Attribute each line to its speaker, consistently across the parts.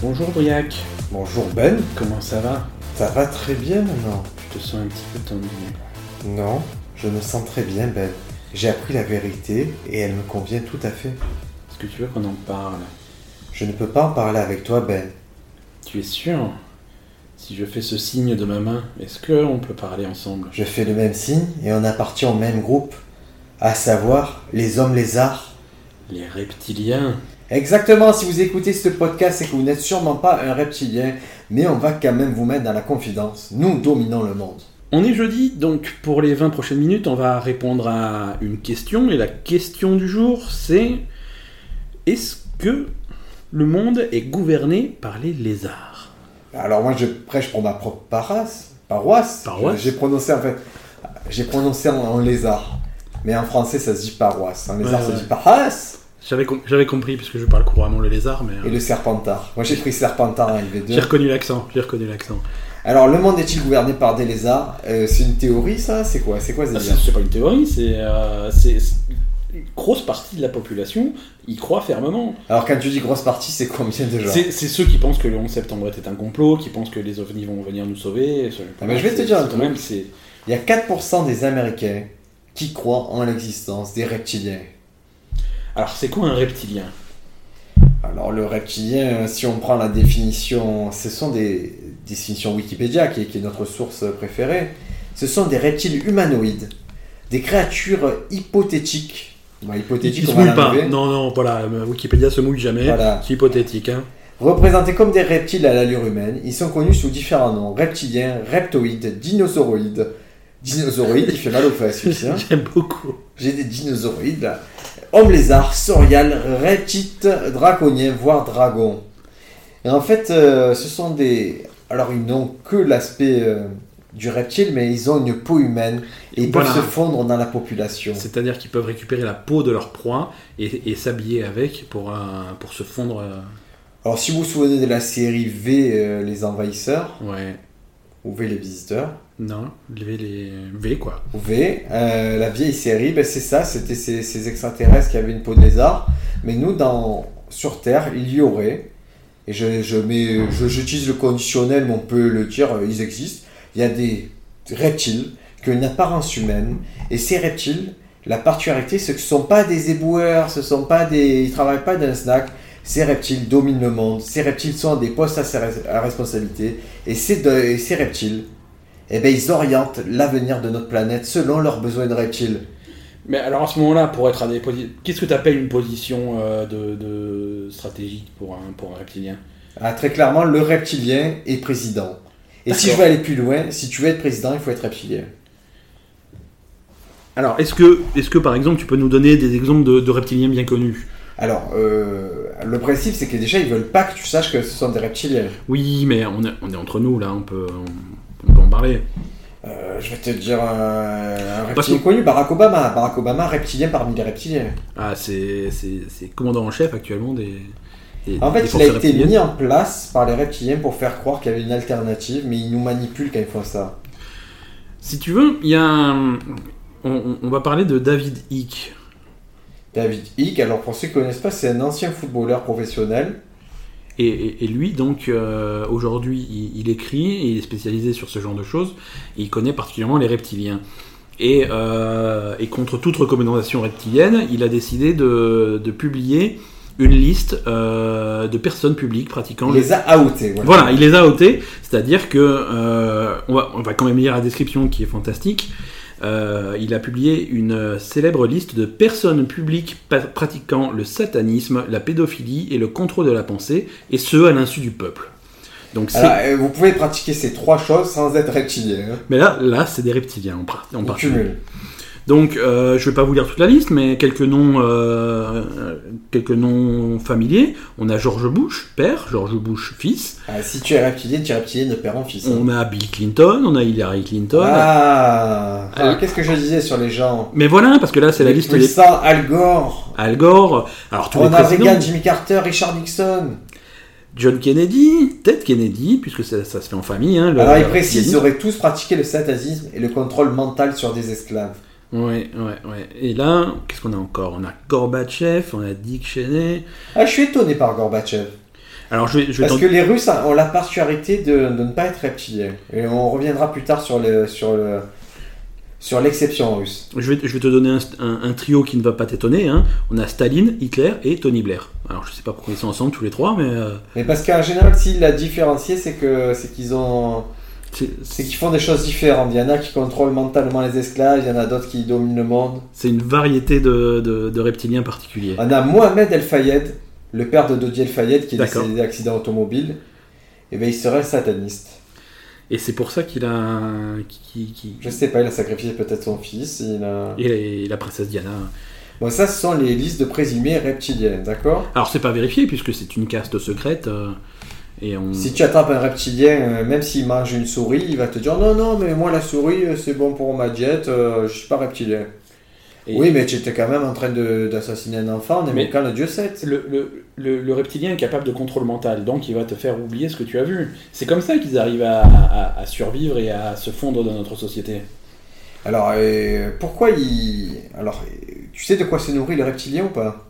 Speaker 1: Bonjour Briac.
Speaker 2: Bonjour Ben,
Speaker 1: Comment ça va
Speaker 2: ça va très bien maintenant
Speaker 1: Je te sens un petit peu tendu.
Speaker 2: Non, je me sens très bien Ben. J'ai appris la vérité et elle me convient tout à fait.
Speaker 1: Est-ce que tu veux qu'on en parle
Speaker 2: Je ne peux pas en parler avec toi Ben.
Speaker 1: Tu es sûr Si je fais ce signe de ma main, est-ce que on peut parler ensemble
Speaker 2: Je fais le même signe et on appartient au même groupe, à savoir les hommes lézards.
Speaker 1: Les reptiliens
Speaker 2: Exactement, si vous écoutez ce podcast, c'est que vous n'êtes sûrement pas un reptilien, mais on va quand même vous mettre dans la confidence. Nous dominons le monde.
Speaker 1: On est jeudi, donc pour les 20 prochaines minutes, on va répondre à une question. Et la question du jour, c'est est-ce que le monde est gouverné par les lézards
Speaker 2: Alors moi je prêche pour ma propre paroisse. Paroisse.
Speaker 1: Paroisse.
Speaker 2: J'ai prononcé en fait. J'ai prononcé en, en lézard. Mais en français ça se dit paroisse. En
Speaker 1: Ouais,
Speaker 2: lézard ça
Speaker 1: ouais.
Speaker 2: se dit paroisse.
Speaker 1: J'avais com- j'avais compris, parce que je parle couramment le lézard, mais euh,
Speaker 2: Et le serpentard. Moi j'ai pris serpentard en
Speaker 1: j'ai
Speaker 2: LV2.
Speaker 1: reconnu l'accent. J'ai reconnu l'accent.
Speaker 2: Alors le monde est-il gouverné par des lézards Euh, C'est une théorie ça C'est quoi C'est quoi
Speaker 1: Ah,
Speaker 2: cette
Speaker 1: c'est- c'est pas une théorie, c'est euh, c'est- c'est- une grosse partie de la population y croit fermement.
Speaker 2: Alors quand tu dis grosse partie c'est combien de gens
Speaker 1: C'est c'est ceux qui pensent que le 11 septembre était un complot, qui pensent que les ovnis vont venir nous sauver. ce-
Speaker 2: Ah, mais je vais te
Speaker 1: c'est-
Speaker 2: dire un
Speaker 1: c'est quand
Speaker 2: truc.
Speaker 1: même c'est
Speaker 2: Il y a 4% des Américains qui croient en l'existence des reptiliens.
Speaker 1: alors c'est quoi un reptilien
Speaker 2: Alors le reptilien, si on prend la définition, ce sont des définitions Wikipédia qui est, qui est notre source préférée. Ce sont des reptiles humanoïdes, des créatures hypothétiques. Bon, hypothétiques, on va l'enlever.
Speaker 1: Non non voilà, euh, Wikipédia se mouille jamais.
Speaker 2: Voilà.
Speaker 1: C'est hypothétique hein.
Speaker 2: Représentés comme des reptiles à l'allure humaine, ils sont connus sous différents noms reptiliens, reptoïdes, dinosauroïdes. Dinosauroïdes, il fait mal aux fesses, celui-ci, hein.
Speaker 1: J'aime beaucoup.
Speaker 2: J'ai des dinosauroïdes. là. Homme lézard, saurial, reptite, draconien, voire dragon. Et en fait, euh, ce sont des. Alors, ils n'ont que l'aspect euh, du reptile, mais ils ont une peau humaine et ils
Speaker 1: Voilà.
Speaker 2: peuvent se fondre dans la population.
Speaker 1: C'est-à-dire qu'ils peuvent récupérer la peau de leur proie et, et s'habiller avec pour euh, pour se fondre. euh,
Speaker 2: Alors, si vous vous souvenez de la série V, euh, Les Envahisseurs,
Speaker 1: ouais.
Speaker 2: ou V, Les Visiteurs,
Speaker 1: Non, les, les V quoi.
Speaker 2: V, euh, la vieille série, ben c'est ça, c'était ces, ces extraterrestres qui avaient une peau de lézard. Mais nous, dans, sur Terre, il y aurait, et je, je mets, je- j'utilise le conditionnel, mais on peut le dire, euh, ils existent, il y a des reptiles qui ont une apparence humaine, et ces reptiles, la particularité, c'est que ce ne sont pas des éboueurs, ce sont pas des, ils ne travaillent pas dans un snack, ces reptiles dominent le monde, ces reptiles sont à des postes à, ses- à responsabilité, et ces, de- et ces reptiles, eh ben, ils orientent l'avenir de notre planète selon leurs besoins de reptiles.
Speaker 1: Mais alors à ce moment-là, pour être à des positions, qu'est-ce que tu appelles une position euh, de, de stratégique pour un, pour un reptilien
Speaker 2: Ah, très clairement, le reptilien est président. Et si je
Speaker 1: D'accord.
Speaker 2: veux aller plus loin, si tu veux être président, il faut être reptilien.
Speaker 1: Alors est-ce que, est que par exemple tu peux nous donner des exemples de, de reptiliens bien connus
Speaker 2: Alors, euh, le principe, c'est que déjà, ils veulent pas que tu saches que ce sont des reptiliens.
Speaker 1: Oui, mais on est, on est entre nous là, on peut, on, on peut en parler.
Speaker 2: Euh, je vais te dire un, un
Speaker 1: Parce
Speaker 2: reptilien
Speaker 1: que-
Speaker 2: connu, Barack Obama. Barack Obama, reptilien parmi les reptiliens.
Speaker 1: Ah, c'est c'est- c'est commandant en chef actuellement des. des-
Speaker 2: En fait,
Speaker 1: des
Speaker 2: il a
Speaker 1: forces
Speaker 2: été
Speaker 1: reptiliennes.
Speaker 2: mis en place par les reptiliens pour faire croire qu'il y avait une alternative, mais ils nous manipulent quand ils font ça.
Speaker 1: Si tu veux, il y a un- on- On, on va parler de David Hick.
Speaker 2: David Hick, alors pour ceux qui connaissent pas, c'est un ancien footballeur professionnel.
Speaker 1: Et, et- et lui, donc, euh, aujourd'hui, il, il écrit et il est spécialisé sur ce genre de choses. Et il connaît particulièrement les reptiliens. Et, euh, et contre toute recommandation reptilienne, il a décidé de, de publier une liste euh, de personnes publiques pratiquant
Speaker 2: Il
Speaker 1: les
Speaker 2: les a outés. voilà.
Speaker 1: Voilà, il les a ôtés, c'est-à-dire que euh, on, va, on va quand même lire la description qui est fantastique. Euh, il a publié une euh, célèbre liste de personnes publiques pa- pratiquant le satanisme, la pédophilie et le contrôle de la pensée, et ce à l'insu du peuple. Donc c'est-
Speaker 2: Alors, euh, vous pouvez pratiquer ces trois choses sans être reptilien. hein.
Speaker 1: mais là, là, c'est des reptiliens en, par- en
Speaker 2: On
Speaker 1: particulier.
Speaker 2: cumule.
Speaker 1: Donc, euh, je vais pas vous lire toute la liste, mais quelques noms, euh, euh, quelques noms familiers. On a George Bush père, George Bush fils.
Speaker 2: Ah, si tu es reptilien, tu es reptilien de père en fils. hein.
Speaker 1: On a Bill Clinton, on a Hillary Clinton.
Speaker 2: Ah,
Speaker 1: Ah.
Speaker 2: Alors, qu'est-ce que je disais sur les gens
Speaker 1: Mais voilà, parce que là, c'est la
Speaker 2: Les
Speaker 1: liste des
Speaker 2: puissants, Al Gore.
Speaker 1: Al Gore, alors tous les
Speaker 2: On a
Speaker 1: présidents,
Speaker 2: Reagan, Jimmy Carter, Richard Nixon.
Speaker 1: John Kennedy, Ted Kennedy, puisque ça, ça se fait en famille. Hein, le-
Speaker 2: Alors,
Speaker 1: le-
Speaker 2: il précise, ils auraient tous pratiqué le satanisme et le contrôle mental sur des esclaves.
Speaker 1: Ouais, ouais, ouais. Et là, qu'est-ce qu'on a encore On a Gorbatchev, on a Dick Cheney.
Speaker 2: Ah, je suis étonné par Gorbatchev.
Speaker 1: Alors je vais, je vais
Speaker 2: Parce
Speaker 1: t'en-
Speaker 2: que les Russes ont la particularité de, de ne pas être reptiliens. Et on reviendra plus tard sur le, sur le, sur l'exception russe.
Speaker 1: Je vais, je vais te donner un, un- un trio qui ne va pas t'étonner. hein. On a Staline, Hitler et Tony Blair. Alors je sais pas pourquoi ils sont ensemble tous les trois, mais euh,
Speaker 2: Mais parce qu'en général, s'il l'a différencié, c'est que c'est qu'ils ont
Speaker 1: c'est-
Speaker 2: c'est qu'ils font des choses différentes. Il y en a qui contrôlent mentalement les esclaves, il y en a d'autres qui dominent le monde.
Speaker 1: c'est une variété de, de- de reptiliens particuliers.
Speaker 2: On a Mohamed El Fayed, le père de Dodi El Fayed, qui est
Speaker 1: D'accord.
Speaker 2: décédé d'accident automobile. Et ben il serait sataniste.
Speaker 1: Et c'est pour ça qu'il a, qui- qui-
Speaker 2: Je sais pas, il a sacrifié peut-être son fils. Il a...
Speaker 1: et la, et la princesse Diana.
Speaker 2: Bon, ça, ce sont les listes de présumés reptiliennes, d'accord
Speaker 1: Alors c'est pas vérifié puisque c'est une caste secrète euh, et on.
Speaker 2: Si tu attrapes un reptilien, euh, même s'il mange une souris, il va te dire non, non, mais moi la souris, euh, c'est bon pour ma diète, euh, je suis pas reptilien.
Speaker 1: Et-
Speaker 2: Oui, mais tu étais quand même en train de- d'assassiner un enfant en
Speaker 1: Mais-
Speaker 2: évoquant le dieu 7.
Speaker 1: Le, le- le- le reptilien est capable de contrôle mental, donc il va te faire oublier ce que tu as vu. C'est comme ça qu'ils arrivent à, à- à survivre et à se fondre dans notre société.
Speaker 2: Alors, euh, pourquoi il. Alors, euh, tu sais de quoi se nourrit le reptilien ou pas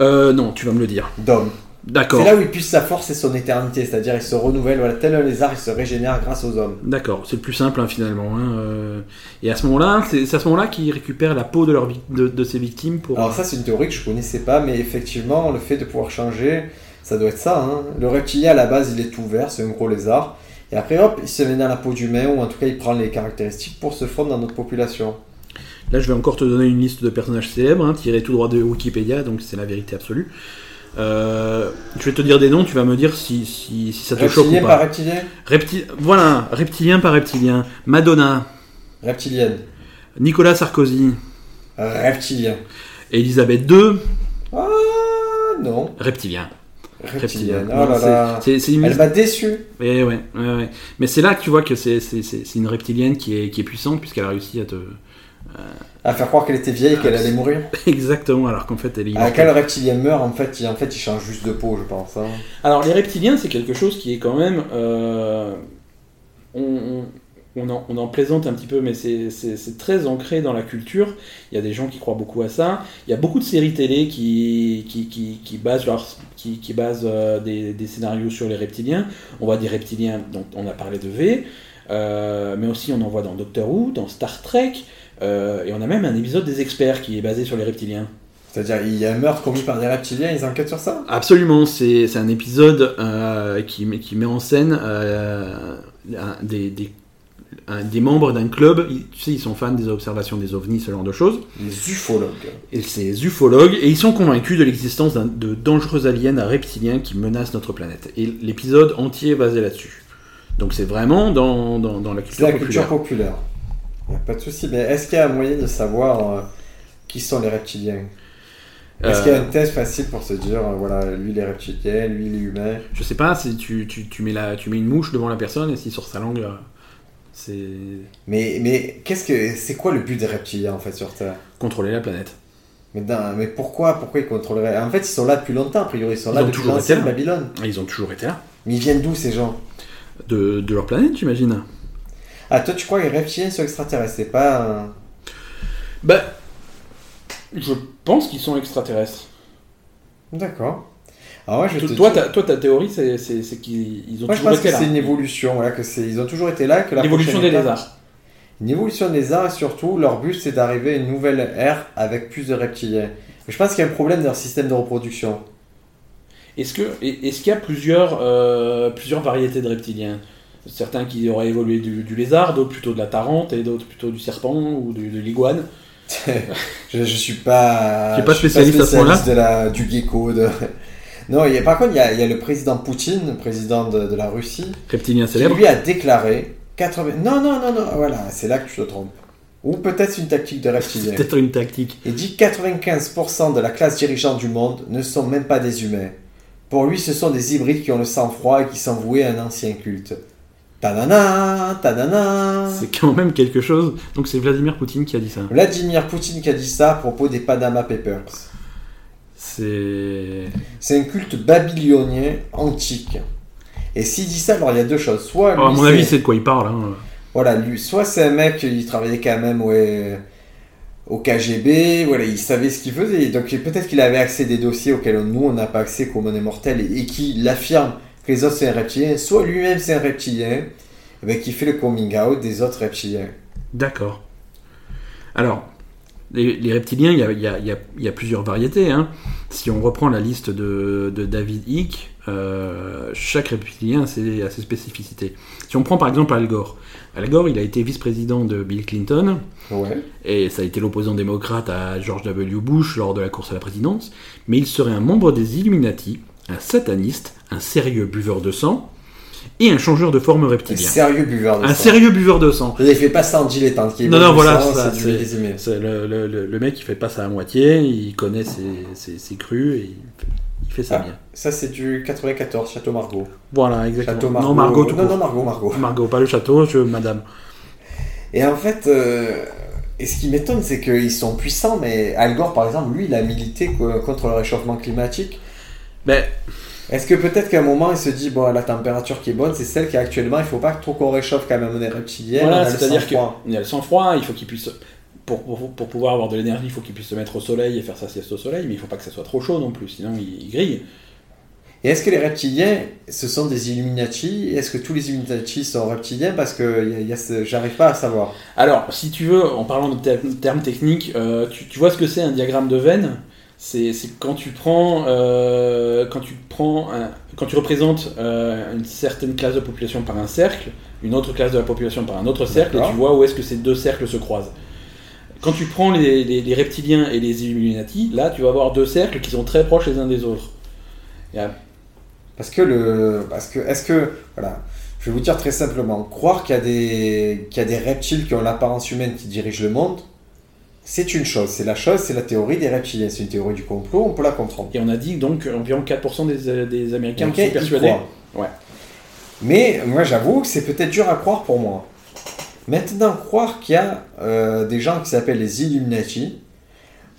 Speaker 1: Euh, non, tu vas me le dire.
Speaker 2: D'hommes. C'est
Speaker 1: D'accord.
Speaker 2: là où il puise sa force et son éternité, c'est-à-dire il se renouvelle, voilà, tel un lézard, il se régénère grâce aux hommes.
Speaker 1: D'accord, c'est le plus simple hein, finalement. hein, euh. Et à ce moment-là, c'est c'est à ce moment-là qu'ils récupèrent la peau de, leur vic- de, de ses victimes pour.
Speaker 2: Alors ça c'est une théorie que je connaissais pas, mais effectivement le fait de pouvoir changer, ça doit être ça. hein. Le reptilien à la base il est tout vert, c'est un gros lézard, et après hop il se met dans la peau d'humain ou en tout cas il prend les caractéristiques pour se fondre dans notre population.
Speaker 1: Là, je vais encore te donner une liste de personnages célèbres, hein, tirés tout droit de Wikipédia, donc c'est la vérité absolue. Euh, je vais te dire des noms, tu vas me dire si, si, si ça te choque ou
Speaker 2: Reptilien
Speaker 1: pas.
Speaker 2: par reptilien
Speaker 1: Repti- Voilà, reptilien par reptilien. Madonna,
Speaker 2: Reptilienne.
Speaker 1: Nicolas Sarkozy,
Speaker 2: Euh, Reptilien.
Speaker 1: Elisabeth II,
Speaker 2: Ah non,
Speaker 1: reptilien.
Speaker 2: reptilienne.
Speaker 1: Non,
Speaker 2: Oh là
Speaker 1: c'est-
Speaker 2: là.
Speaker 1: c'est- c'est une-
Speaker 2: Elle m'a déçu.
Speaker 1: Eh ouais, ouais, ouais. Mais c'est là que tu vois que c'est c'est- c'est- c'est une reptilienne qui est, qui est puissante, puisqu'elle a réussi à te.
Speaker 2: À faire croire qu'elle était vieille et
Speaker 1: Ah,
Speaker 2: qu'elle allait mourir.
Speaker 1: Exactement, alors qu'en fait, elle est.
Speaker 2: À quand le reptilien meurt, en fait, il, en fait, il change juste de peau, je pense. hein.
Speaker 1: Alors les reptiliens, c'est quelque chose qui est quand même... euh, on, on- on en, on en plaisante un petit peu, mais c'est- c'est c'est très ancré dans la culture. Il y a des gens qui croient beaucoup à ça. Il y a beaucoup de séries télé qui, qui, qui, qui basent, leur- qui, qui basent euh, des, des scénarios sur les reptiliens. On voit des reptiliens dont on a parlé de V, euh, mais aussi on en voit dans Doctor Who, dans Star Trek, euh, et on a même un épisode des experts qui est basé sur les reptiliens.
Speaker 2: C'est-à-dire, il y a un meurtre commis par des reptiliens, ils enquêtent sur ça
Speaker 1: Absolument, c'est c'est un épisode euh, qui, met- qui met en scène euh, un- des, des- un- des membres d'un club. Ils- tu sais, ils sont fans des observations des ovnis, ce genre de choses.
Speaker 2: Les ufologues.
Speaker 1: Et ces ufologues, et ils sont convaincus de l'existence d'un- de dangereux aliens à reptiliens qui menacent notre planète. Et l'épisode entier est basé là-dessus. Donc c'est vraiment dans, dans- dans la
Speaker 2: C'est
Speaker 1: culture
Speaker 2: la culture
Speaker 1: populaire.
Speaker 2: populaire. Y a pas de souci, mais est-ce qu'il y a un moyen de savoir euh, qui sont les reptiliens Est-ce
Speaker 1: Euh,
Speaker 2: qu'il y a un test facile pour se dire, euh, voilà, lui il est reptilien, lui il est humain
Speaker 1: Je sais pas, si tu, tu- tu mets la, tu mets une mouche devant la personne et s'il sort sa langue, euh, c'est
Speaker 2: Mais, mais qu'est-ce que, c'est quoi le but des reptiliens en fait sur Terre
Speaker 1: contrôler la planète.
Speaker 2: mais, dans- mais pourquoi, pourquoi ils contrôleraient En fait, ils sont là depuis longtemps, a priori, ils sont
Speaker 1: Ils
Speaker 2: là
Speaker 1: ont
Speaker 2: depuis
Speaker 1: toujours été
Speaker 2: l'ancienne
Speaker 1: là.
Speaker 2: Babylone.
Speaker 1: Et ils ont toujours été là.
Speaker 2: Mais ils viennent d'où ces gens
Speaker 1: de, de leur planète, j'imagine.
Speaker 2: Ah, toi, tu crois que les reptiliens sont extraterrestres C'est pas. un-
Speaker 1: Bah, je pense qu'ils sont extraterrestres.
Speaker 2: D'accord. Alors moi, je vais te
Speaker 1: toi,
Speaker 2: dire-
Speaker 1: ta, toi, ta théorie, c'est c'est- c'est qu'ils ont
Speaker 2: moi, je
Speaker 1: toujours
Speaker 2: pense que
Speaker 1: été là.
Speaker 2: c'est une évolution, voilà, que c'est, ils ont toujours été là, que la
Speaker 1: L'évolution des
Speaker 2: prochaine étape-
Speaker 1: lézards.
Speaker 2: Une évolution des arts et surtout leur but c'est d'arriver à une nouvelle ère avec plus de reptiliens. Je pense qu'il y a un problème dans leur système de reproduction.
Speaker 1: Est-ce que- est- est-ce qu'il y a plusieurs, euh, plusieurs variétés de reptiliens Certains qui auraient évolué du, du lézard, d'autres plutôt de la tarente, et d'autres plutôt du serpent ou du- de l'iguane.
Speaker 2: Je, je suis pas,
Speaker 1: Tu es pas
Speaker 2: je suis
Speaker 1: spécialiste à ce moment-là
Speaker 2: spécialiste de la, du gecko. de- Non, il y a, par contre, il y, a, il y a le président Poutine, le président de, de la Russie,
Speaker 1: Reptilien
Speaker 2: qui
Speaker 1: célèbre.
Speaker 2: lui a déclaré 80... Non, non, non, non, voilà, c'est là que tu te trompes. Ou peut-être une tactique de reptilien.
Speaker 1: C'est peut-être une tactique.
Speaker 2: Il dit 95% de la classe dirigeante du monde ne sont même pas des humains. Pour lui, ce sont des hybrides qui ont le sang-froid et qui sont voués à un ancien culte. Tanana, tanana.
Speaker 1: C'est quand même quelque chose. Donc c'est Vladimir Poutine qui a dit ça.
Speaker 2: Vladimir Poutine qui a dit ça à propos des Panama Papers.
Speaker 1: C'est.
Speaker 2: C'est un culte babylonien antique. Et s'il dit ça, alors il y a deux choses. Soit,
Speaker 1: Alors, Oh, à
Speaker 2: lui,
Speaker 1: mon
Speaker 2: c'est-
Speaker 1: avis, c'est de quoi il parle. hein.
Speaker 2: voilà, lui, soit c'est un mec qui travaillait quand même ouais, au, au KGB, voilà, il savait ce qu'il faisait. Donc peut-être qu'il avait accès à des dossiers auxquels nous, on n'a pas accès comme on est mortel et, et qu'il affirme que les autres c'est un reptilien, soit lui-même c'est un reptilien, eh ben, qui fait le coming out des autres reptiliens.
Speaker 1: D'accord. Alors, les, les reptiliens, il y a, il y a- il y a- il y a plusieurs variétés. hein. Si on reprend la liste de, de David Hick, euh, chaque reptilien a ses, a ses spécificités. Si on prend par exemple Al Gore, Al Gore, il a été vice-président de Bill Clinton,
Speaker 2: Ouais.
Speaker 1: et ça a été l'opposant démocrate à George W. Bush lors de la course à la présidence, mais il serait un membre des Illuminati, un sataniste, un sérieux buveur de sang, et un changeur de forme
Speaker 2: Un
Speaker 1: reptilien.
Speaker 2: sérieux buveur de
Speaker 1: Un
Speaker 2: sang.
Speaker 1: sérieux buveur de sang.
Speaker 2: Je ne fais pas ça en dilettante. Qui est
Speaker 1: Non,
Speaker 2: bon
Speaker 1: non,
Speaker 2: du
Speaker 1: voilà,
Speaker 2: sang,
Speaker 1: ça,
Speaker 2: c'est du
Speaker 1: c'est-
Speaker 2: résumé.
Speaker 1: C'est le, le- le- le mec, il fait pas ça à moitié, il connaît ses, ses- ses crues et il fait, il fait ça
Speaker 2: Ah.
Speaker 1: bien.
Speaker 2: Ça, c'est du 94, Château Margaux.
Speaker 1: Voilà, exactement.
Speaker 2: Château Margaux.
Speaker 1: Non, Margot, tout
Speaker 2: non, non,
Speaker 1: court.
Speaker 2: Margot, Margot.
Speaker 1: Margot, pas le château, je, madame.
Speaker 2: Et en fait, euh, et ce qui m'étonne, c'est qu'ils sont puissants, mais Al Gore, par exemple, lui, il a milité co- contre le réchauffement climatique.
Speaker 1: Ben,
Speaker 2: Est-ce que peut-être qu'à un moment, il se dit, bon, la température qui est bonne, c'est celle qui est actuellement, il faut pas trop qu'on réchauffe quand même, on est reptilien, on
Speaker 1: voilà,
Speaker 2: a le
Speaker 1: c'est-à-dire qu'il
Speaker 2: sang-froid.
Speaker 1: y a le sang-froid, il faut qu'il puisse. Pour, pour, pour pouvoir avoir de l'énergie, il faut qu'il puisse se mettre au soleil et faire sa sieste au soleil, mais il faut pas que ça soit trop chaud non plus, sinon il, il grille.
Speaker 2: Et est-ce que les reptiliens, ce sont des Illuminati Est-ce que tous les Illuminati sont reptiliens Parce que y a- y a ce- j'arrive pas à savoir.
Speaker 1: Alors, si tu veux, en parlant de ter- termes techniques, euh, tu, tu vois ce que c'est un diagramme de veine c'est, c'est quand tu prends, euh, quand tu prends, un- quand tu représentes euh, une certaine classe de population par un cercle, une autre classe de la population par un autre cercle, et
Speaker 2: D'accord.
Speaker 1: tu vois où est-ce que ces deux cercles se croisent. Quand tu prends les, les- les reptiliens et les Illuminati, là, tu vas avoir deux cercles qui sont très proches les uns des autres.
Speaker 2: Parce que le. Parce que. Est-ce que. Voilà. Je vais vous dire très simplement. Croire qu'il y a des, qu'il y a des reptiles qui ont l'apparence humaine qui dirigent le monde, c'est une chose. C'est la chose, c'est la théorie des reptiliens. C'est une théorie du complot, on peut la comprendre.
Speaker 1: Et on a dit donc environ 4% des, euh, des Américains
Speaker 2: Ok,
Speaker 1: sont
Speaker 2: y
Speaker 1: persuadés.
Speaker 2: croire.
Speaker 1: Ouais.
Speaker 2: Mais moi, j'avoue que c'est peut-être dur à croire pour moi. Maintenant, croire qu'il y a euh, des gens qui s'appellent les Illuminati,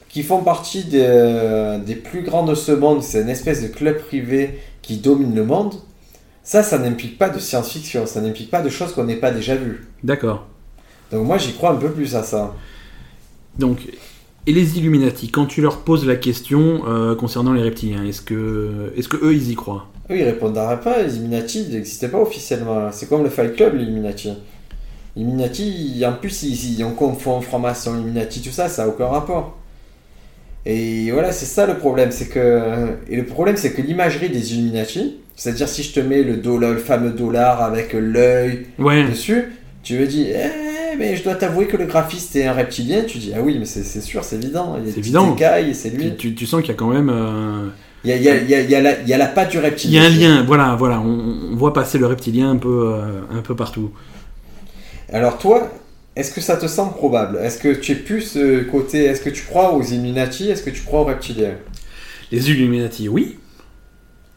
Speaker 2: qui font partie des, des plus grands de ce monde, c'est une espèce de club privé qui domine le monde, ça, ça n'implique pas de science-fiction, ça n'implique pas de choses qu'on n'ait pas déjà vues.
Speaker 1: D'accord.
Speaker 2: Donc moi, j'y crois un peu plus à ça.
Speaker 1: Donc, et les Illuminati, quand tu leur poses la question euh, concernant les reptiliens, est-ce que, est-ce que eux ils y croient
Speaker 2: Eux, ils répondraient pas, les Illuminati n'existaient pas officiellement. C'est comme le Fight Club, les Illuminati. Illuminati, en plus, ils, ils- on confond franc-maçon, Illuminati, tout ça, ça n'a aucun rapport. Et voilà, c'est ça le problème, c'est que... Et le problème, c'est que l'imagerie des Illuminati, c'est-à-dire si je te mets le, dollar, le fameux dollar avec l'œil
Speaker 1: Ouais.
Speaker 2: dessus, tu me dis, eh, mais je dois t'avouer que le graphiste est un reptilien, tu dis, ah oui, mais c'est c'est sûr, c'est évident, il y a
Speaker 1: C'est
Speaker 2: des
Speaker 1: évident.
Speaker 2: petites écailles, et c'est lui.
Speaker 1: Tu, tu- tu sens qu'il y a quand même. euh,
Speaker 2: Il y a, il y a- il y a- il y a la, il y a la patte du
Speaker 1: Il y a
Speaker 2: reptilien.
Speaker 1: un lien, voilà, voilà. On, on voit passer le reptilien un peu, euh, un peu partout.
Speaker 2: Alors toi, est-ce que ça te semble probable Est-ce que tu es plus euh, côté Est-ce que tu crois aux Illuminati Est-ce que tu crois aux reptiliens
Speaker 1: Les Illuminati, oui.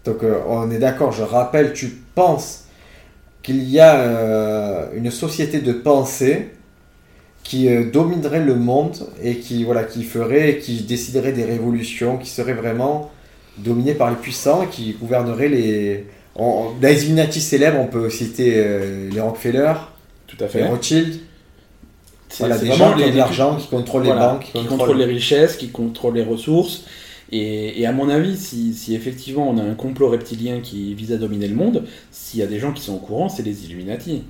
Speaker 2: Donc euh, on est d'accord, je rappelle, tu penses qu'il y a euh, une société de pensée qui euh, dominerait le monde et qui voilà qui ferait qui déciderait des révolutions qui serait vraiment dominée par les puissants et qui gouvernerait les on- on- les Illuminati célèbres on peut citer euh, les Rockefeller
Speaker 1: Tout à
Speaker 2: les Rothschild
Speaker 1: C'est,
Speaker 2: voilà
Speaker 1: c'est
Speaker 2: des
Speaker 1: vraiment
Speaker 2: gens qui ont
Speaker 1: les-
Speaker 2: de l'argent qui contrôlent les
Speaker 1: voilà,
Speaker 2: banques
Speaker 1: qui contrôlent les richesses, qui contrôlent les ressources. Et, et à mon avis, si, si effectivement on a un complot reptilien qui vise à dominer le monde, s'il y a des gens qui sont au courant, c'est les Illuminati.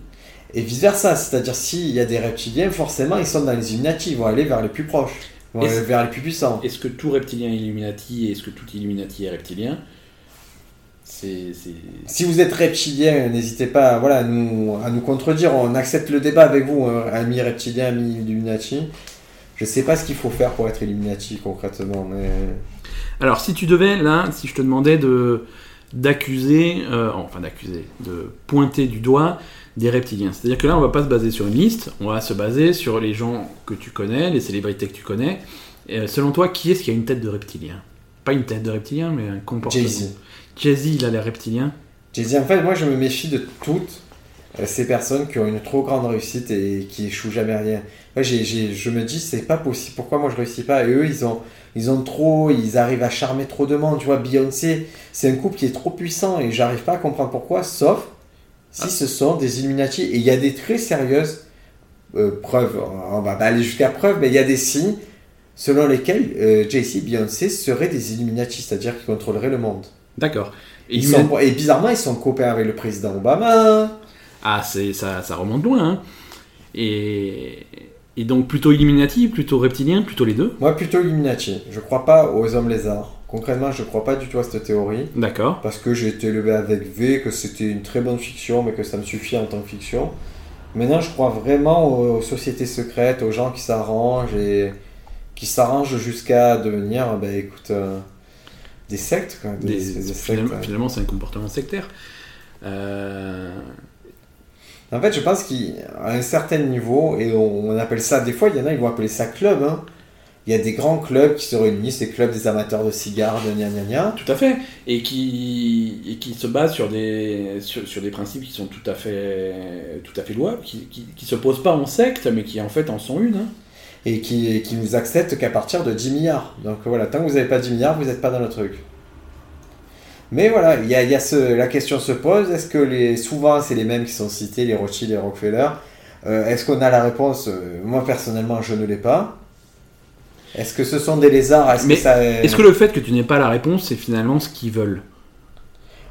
Speaker 2: Et vice versa, c'est-à-dire s'il y a des reptiliens, forcément ils sont dans les Illuminati, ils vont aller vers les plus proches, ils vont
Speaker 1: Et
Speaker 2: aller
Speaker 1: c'est-
Speaker 2: vers les plus puissants.
Speaker 1: Est-ce que tout reptilien est Illuminati et est-ce que tout Illuminati est reptilien C'est. c'est-
Speaker 2: Si vous êtes reptilien, n'hésitez pas voilà, à, nous, à nous contredire, on accepte le débat avec vous, hein, amis reptiliens, amis Illuminati. Je sais pas ce qu'il faut faire pour être Illuminati concrètement, mais
Speaker 1: Alors, si tu devais, là, si je te demandais de d'accuser, euh, enfin d'accuser, de pointer du doigt des reptiliens. C'est-à-dire que là, on va pas se baser sur une liste, on va se baser sur les gens que tu connais, les célébrités que tu connais. Et, euh, selon toi, qui est-ce qui a une tête de reptilien Pas une tête de reptilien, mais un comportement.
Speaker 2: Jay-Z.
Speaker 1: Jay-Z, il a l'air reptilien.
Speaker 2: J'ai dit en fait, moi je me méfie de toutes euh, ces personnes qui ont une trop grande réussite et qui échouent jamais rien. Moi, j'ai- j'ai- je me dis, c'est pas possible, pourquoi moi je réussis pas Et eux, ils ont, ils ont trop, ils arrivent à charmer trop de monde. Tu vois, Beyoncé, c'est un couple qui est trop puissant et j'arrive pas à comprendre pourquoi, sauf si
Speaker 1: Ah.
Speaker 2: ce sont des Illuminati. Et il y a des très sérieuses euh, preuves, on va pas aller jusqu'à preuve, mais il y a des signes selon lesquels euh, JC Beyoncé seraient des Illuminati, c'est-à-dire qu'ils contrôleraient le monde.
Speaker 1: D'accord. Et
Speaker 2: Ils
Speaker 1: Illumi-
Speaker 2: sont- et bizarrement, ils sont copains avec le président Obama.
Speaker 1: Ah, c'est, ça, ça remonte loin. hein. Et, et donc plutôt Illuminati, plutôt reptilien, plutôt les deux.
Speaker 2: Moi, plutôt Illuminati. Je crois pas aux hommes lézards. Concrètement, je crois pas du tout à cette théorie.
Speaker 1: D'accord.
Speaker 2: Parce que j'ai été élevé avec V, que c'était une très bonne fiction, mais que ça me suffit en tant que fiction. Maintenant, je crois vraiment aux, aux sociétés secrètes, aux gens qui s'arrangent et qui s'arrangent jusqu'à devenir, bah écoute, euh, des sectes, quoi. Des,
Speaker 1: Des-
Speaker 2: espèces de sectes,
Speaker 1: finalement,
Speaker 2: ouais.
Speaker 1: finalement, c'est un comportement sectaire. Euh,
Speaker 2: En fait, je pense qu'à un certain niveau, et on, on appelle ça, des fois, il y en a, ils vont appeler ça club. hein. Il y a des grands clubs qui se réunissent, des clubs des amateurs de cigares, de gna gna gna.
Speaker 1: tout à fait. Et qui, et qui se base sur des, sur, sur des principes qui sont tout à fait, tout à fait louables, qui, qui, qui se posent pas en secte, mais qui en fait en sont une. hein.
Speaker 2: et qui, qui nous accepte qu'à partir de 10 milliards. Donc voilà, tant que vous n'avez pas 10 milliards, vous n'êtes pas dans le truc. Mais voilà, il y a, il y a ce- la question se pose, est-ce que les, souvent c'est les mêmes qui sont cités, les Rothschild, les Rockefeller Euh, Est-ce qu'on a la réponse Euh, Moi personnellement, je ne l'ai pas. Est-ce que ce sont des lézards Est-ce
Speaker 1: Mais
Speaker 2: que ça...
Speaker 1: Est-ce que le fait que tu n'aies pas la réponse, c'est finalement ce qu'ils veulent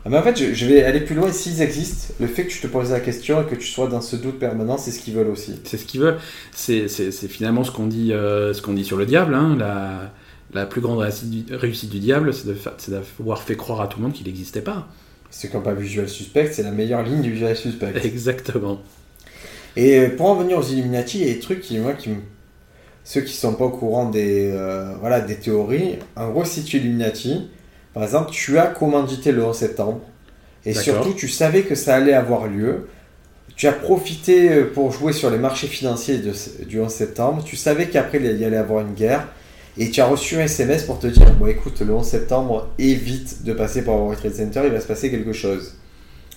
Speaker 2: Ah, mais en fait, je, je vais aller plus loin, s'ils existent, le fait que tu te poses la question et que tu sois dans ce doute permanent, c'est ce qu'ils veulent aussi.
Speaker 1: C'est ce qu'ils veulent. C'est, c'est- c'est finalement ce qu'on dit, euh, ce qu'on dit sur le diable. hein. La, la plus grande réussite du, réussite du diable, c'est, de fa- c'est d'avoir fait croire à tout le monde qu'il n'existait pas.
Speaker 2: Ceux qui n'ont pas vu Visual Suspect, c'est la meilleure ligne du Visual Suspect.
Speaker 1: Exactement.
Speaker 2: Et euh, pour en venir aux Illuminati, il y a des trucs qui, moi, qui me- Ceux qui sont pas au courant des, euh, voilà, des théories, en gros, si tu es Illuminati, par exemple, tu as commandité le 11 septembre, et
Speaker 1: D'accord.
Speaker 2: surtout, tu savais que ça allait avoir lieu, tu as profité euh, pour jouer sur les marchés financiers de ce- du 11 septembre, tu savais qu'après, il y allait avoir une guerre, et tu as reçu un SMS pour te dire, bon, écoute, le 11 septembre, évite de passer par le World Trade Center, il va se passer quelque chose.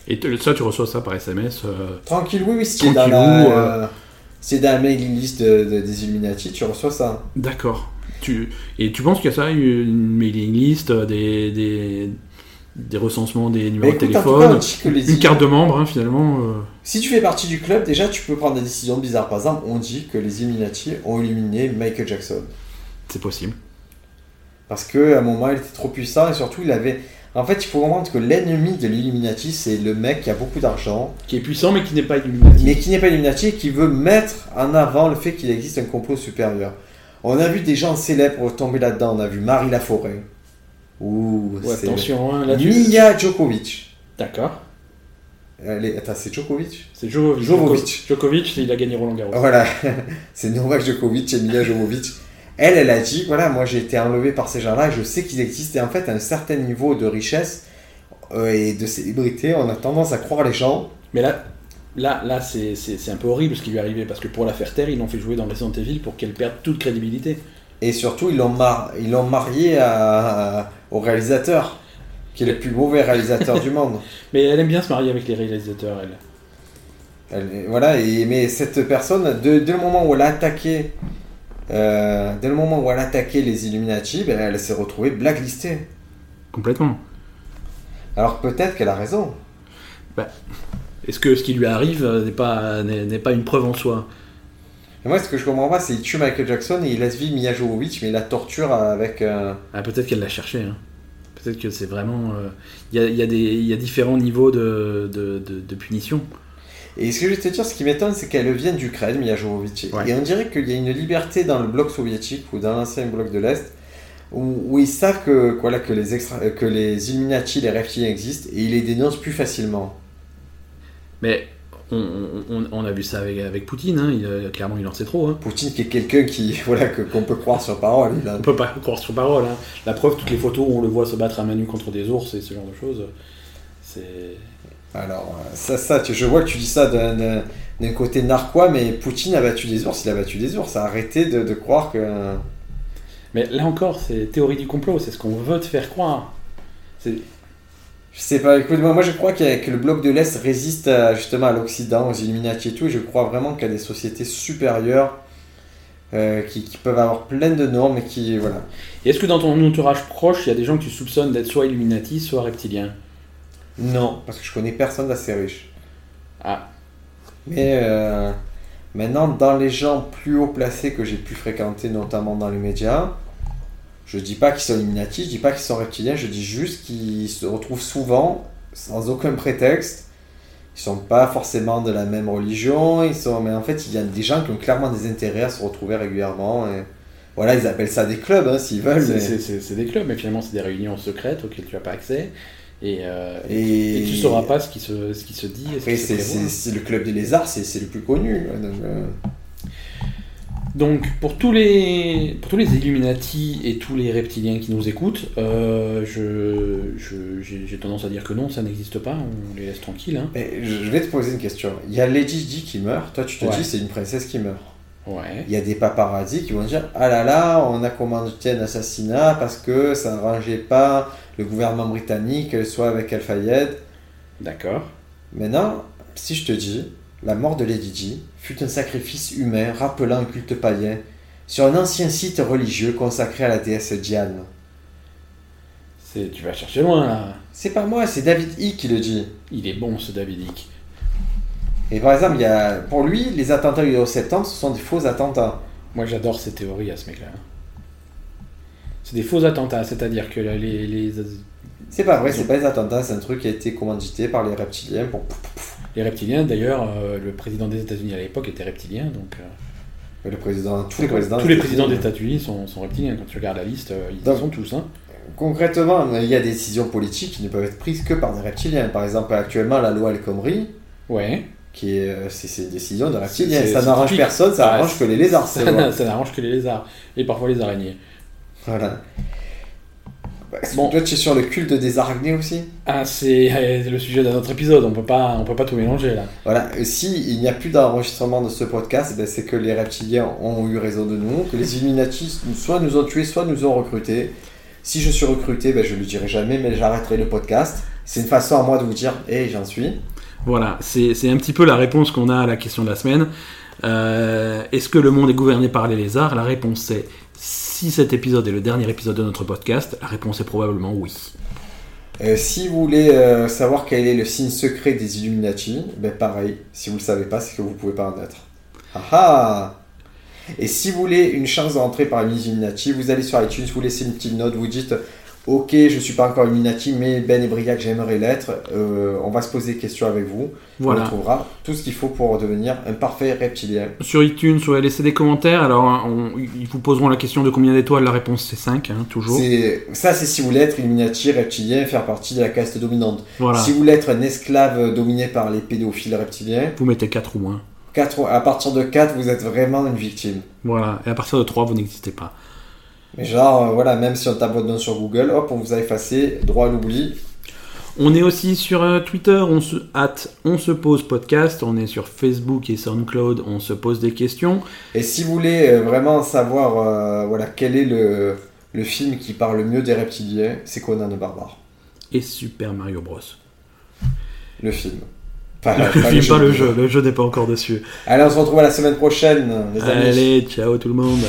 Speaker 1: Et te- ça, tu reçois ça par SMS. euh,
Speaker 2: Tranquille, oui, oui, si t'es dans
Speaker 1: Tranquillou,
Speaker 2: la,
Speaker 1: euh.
Speaker 2: euh, si t'es dans la mailing list de- de- des Illuminati, tu reçois ça.
Speaker 1: d'accord. Tu, et tu penses qu'il y a ça, une mailing list, euh, des, des, des recensements des
Speaker 2: Mais
Speaker 1: numéros de
Speaker 2: écoute, en tout cas, on
Speaker 1: téléphone,
Speaker 2: dit que les
Speaker 1: une carte de membre, hein, finalement. euh.
Speaker 2: Si tu fais partie du club, déjà, tu peux prendre des décisions bizarres. Par exemple, on dit que les Illuminati ont éliminé Michael Jackson.
Speaker 1: c'est possible.
Speaker 2: Parce qu'à un moment, il était trop puissant et surtout, il avait... En fait, il faut comprendre que l'ennemi de l'Illuminati, c'est le mec qui a beaucoup d'argent,
Speaker 1: Qui est puissant, mais qui n'est pas illuminé.
Speaker 2: mais qui n'est pas Illuminati et qui veut mettre en avant le fait qu'il existe un complot supérieur. On a vu des gens célèbres tomber là-dedans. On a vu Marie Laforêt. Ouh,
Speaker 1: Ouais,
Speaker 2: c'est-
Speaker 1: attention, hein, là, tu-
Speaker 2: Mia Djokovic.
Speaker 1: D'accord.
Speaker 2: Elle est- Attends, c'est Djokovic
Speaker 1: C'est Djokovic.
Speaker 2: Djokovic.
Speaker 1: Djokovic, il a gagné Roland Garros.
Speaker 2: Voilà, c'est Novak Djokovic et Mia Djokovic. Elle, elle a dit, voilà, moi j'ai été enlevée par ces gens-là, je sais qu'ils existent. Et en fait, à un certain niveau de richesse euh, et de célébrité, on a tendance à croire les gens.
Speaker 1: Mais là, là, là c'est, c'est- c'est un peu horrible ce qui lui est arrivé parce que pour la faire taire, ils l'ont fait jouer dans Resident Evil pour qu'elle perde toute crédibilité.
Speaker 2: Et surtout, ils l'ont mar- ils l'ont mariée à- au réalisateur, qui est le plus mauvais réalisateur du monde.
Speaker 1: Mais elle aime bien se marier avec les réalisateurs, elle.
Speaker 2: Elle- voilà, et, mais cette personne, de- dès le moment où elle a attaqué, euh, dès le moment où elle a attaqué les Illuminati, ben, elle s'est retrouvée blacklistée.
Speaker 1: Complètement.
Speaker 2: Alors peut-être qu'elle a raison.
Speaker 1: Est-ce que ce qui lui arrive euh, n'est pas, n'est, n'est pas une preuve en soi
Speaker 2: Et moi, ce que je comprends pas, c'est qu'il tue Michael Jackson et il laisse vivre Mia Jovovich, mais il la torture avec. euh,
Speaker 1: ah, Peut-être qu'elle l'a cherché. hein. Peut-être que c'est vraiment. euh, Il y, a, il y a des- il y a différents niveaux de, de, de- de punition.
Speaker 2: Et ce que je vais te dire, ce qui m'étonne, c'est qu'elle vient d'Ukraine, Mia Jovovich.
Speaker 1: Ouais.
Speaker 2: Et on dirait qu'il y a une liberté dans le bloc soviétique ou dans l'ancien bloc de l'Est, où, où ils savent que, voilà, que, les extra- que les Illuminati, les reptiliens existent, et ils les dénoncent plus facilement.
Speaker 1: Mais on, on- on- on a vu ça avec, avec Poutine, hein, il, euh, clairement il en sait trop. hein.
Speaker 2: Poutine, qui est quelqu'un qui, voilà, que- qu'on peut croire sur parole, il a-
Speaker 1: On peut pas croire sur parole. hein. La preuve, toutes les photos où on le voit se battre à main nue contre des ours et ce genre de choses, c'est.
Speaker 2: Alors, euh, ça, ça, tu- je vois que tu dis ça d'un- d'un d'un côté narquois, mais Poutine a battu des ours, il a battu des ours. Arrêtez de, de croire que.
Speaker 1: Mais là encore, c'est théorie du complot, c'est ce qu'on veut te faire croire. C'est-
Speaker 2: Je sais pas, écoute, moi, moi, je crois qu'il y a- que le bloc de l'Est résiste à- justement à l'Occident, aux Illuminati et tout, et je crois vraiment qu'il y a des sociétés supérieures euh, qui, qui peuvent avoir plein de normes et qui. Voilà.
Speaker 1: Et Est-ce que dans ton entourage proche, il y a des gens que tu soupçonnes d'être soit Illuminati, soit reptilien
Speaker 2: Non, parce que je connais personne d'assez riche.
Speaker 1: Ah.
Speaker 2: Mais euh, Maintenant, dans les gens plus haut placés que j'ai pu fréquenter, notamment dans les médias, je dis pas qu'ils sont Illuminati, je dis pas qu'ils sont reptiliens, je dis juste qu'ils se retrouvent souvent, sans aucun prétexte. Ils sont pas forcément de la même religion, ils sont... mais en fait, il y a des gens qui ont clairement des intérêts à se retrouver régulièrement. Et... Voilà, ils appellent ça des clubs, hein, s'ils veulent.
Speaker 1: C'est-
Speaker 2: mais-
Speaker 1: C'est c'est- c'est des clubs, mais finalement, c'est des réunions secrètes auxquelles tu n'as pas accès. Et, euh,
Speaker 2: Et-
Speaker 1: et tu ne sauras pas ce qui se, ce qui se dit. et ce
Speaker 2: Après,
Speaker 1: qui se
Speaker 2: c'est,
Speaker 1: prévoit.
Speaker 2: c'est- c'est le club des lézards, c'est, c'est le plus connu. hein, donc, euh,
Speaker 1: Donc, pour tous, les, pour tous les Illuminati et tous les reptiliens qui nous écoutent, euh, je- je- j'ai j'ai tendance à dire que non, ça n'existe pas, on les laisse tranquilles. hein.
Speaker 2: mais je je vais te poser une question. Il y a Lady Di qui meurt, toi tu te
Speaker 1: Ouais.
Speaker 2: dis c'est une princesse qui meurt.
Speaker 1: Ouais.
Speaker 2: Il y a des paparazzi qui vont dire Ah là là, on a commandité un assassinat parce que ça n'arrangeait pas le gouvernement britannique, qu'elle soit avec Al-Fayed.
Speaker 1: D'accord.
Speaker 2: Maintenant, si je te dis La mort de Lady Di fut un sacrifice humain rappelant un culte païen sur un ancien site religieux consacré à la déesse Diane.
Speaker 1: C'est- Tu vas chercher loin là.
Speaker 2: C'est pas moi, c'est David E qui le dit.
Speaker 1: Il est bon ce Davidic.
Speaker 2: Et par exemple, il y a, pour lui, les attentats du 11 septembre, ce sont des faux attentats.
Speaker 1: Moi j'adore ces théories à ce mec-là. hein. C'est des faux attentats, c'est-à-dire que les, les,
Speaker 2: C'est pas vrai, c'est pas des attentats, c'est un truc qui a été commandité par les reptiliens pour.
Speaker 1: les reptiliens, d'ailleurs, euh, le président des États-Unis à l'époque était reptilien, donc euh,
Speaker 2: Mais Le président, tous les présidents.
Speaker 1: tous les présidents des États-Unis sont, sont reptiliens. Quand tu regardes la liste, euh, ils
Speaker 2: Donc-
Speaker 1: sont tous. Hein.
Speaker 2: Concrètement, il y a des décisions politiques qui ne peuvent être prises que par des reptiliens. Par exemple, actuellement, la loi El Khomri,
Speaker 1: Ouais.
Speaker 2: qui est, euh, c'est, c'est une décision de reptiliens.
Speaker 1: C'est- c'est
Speaker 2: Ça n'arrange
Speaker 1: typique.
Speaker 2: personne, ça
Speaker 1: Ah,
Speaker 2: arrange que les lézards. c'est
Speaker 1: Ça,
Speaker 2: bon.
Speaker 1: n'a- ça n'arrange que les lézards et parfois les araignées.
Speaker 2: Voilà. Bah,
Speaker 1: Bon.
Speaker 2: Toi, tu es sur le culte des araignées aussi
Speaker 1: Ah, c'est euh, le sujet d'un autre épisode. On peut pas, on peut pas tout mélanger là.
Speaker 2: Voilà, et si il n'y a plus d'enregistrement de ce podcast, ben, c'est que les reptiliens ont eu raison de nous, que les Illuminati soit nous ont tués, soit nous ont recrutés. Si je suis recruté, ben, je ne le dirai jamais, mais j'arrêterai le podcast. C'est une façon à moi de vous dire, hé, j'en suis.
Speaker 1: Voilà, c'est c'est un petit peu la réponse qu'on a à la question de la semaine. Euh, Est-ce que le monde est gouverné par les lézards La réponse est si cet épisode est le dernier épisode de notre podcast, la réponse est probablement oui.
Speaker 2: Euh, si vous voulez euh, savoir quel est le signe secret des Illuminati, ben, pareil, si vous ne le savez pas, c'est que vous ne pouvez pas en être. Ah ah Et si vous voulez une chance d'entrer parmi les Illuminati, vous allez sur iTunes, vous laissez une petite note, vous dites Ok, je suis pas encore Illuminati, mais Ben et Briac, j'aimerais l'être. Euh, on va se poser des questions avec vous. On
Speaker 1: Voilà.
Speaker 2: trouvera tout ce qu'il faut pour devenir un parfait reptilien.
Speaker 1: Sur iTunes, vous laisser des commentaires. Alors, hein, on- ils vous poseront la question de combien d'étoiles. La réponse c'est 5, toujours.
Speaker 2: C'est Ça, c'est si vous voulez être Illuminati, reptilien, faire partie de la caste dominante.
Speaker 1: Voilà.
Speaker 2: Si vous voulez être un esclave dominé par les pédophiles reptiliens,
Speaker 1: Vous mettez 4 ou moins.
Speaker 2: quatre- à partir de 4, vous êtes vraiment une victime.
Speaker 1: Voilà. Et à partir de 3, vous n'existez pas.
Speaker 2: Mais genre, euh, voilà, même si on tape votre nom sur Google, hop, on vous a effacé, droit à l'oubli,
Speaker 1: On est aussi sur euh, Twitter, on se hâte, on se pose podcast. On est sur Facebook et SoundCloud, on se pose des questions.
Speaker 2: Et si vous voulez euh, vraiment savoir euh, voilà, quel est le, le film qui parle le mieux des reptiliens, c'est Conan le Barbare.
Speaker 1: Et Super Mario Bros.
Speaker 2: Le film. Ah, Pas,
Speaker 1: Le film, pas le
Speaker 2: vidéo.
Speaker 1: jeu. Le jeu n'est pas encore dessus.
Speaker 2: Allez, on se retrouve à la semaine prochaine, les amis.
Speaker 1: Allez, ciao tout le monde.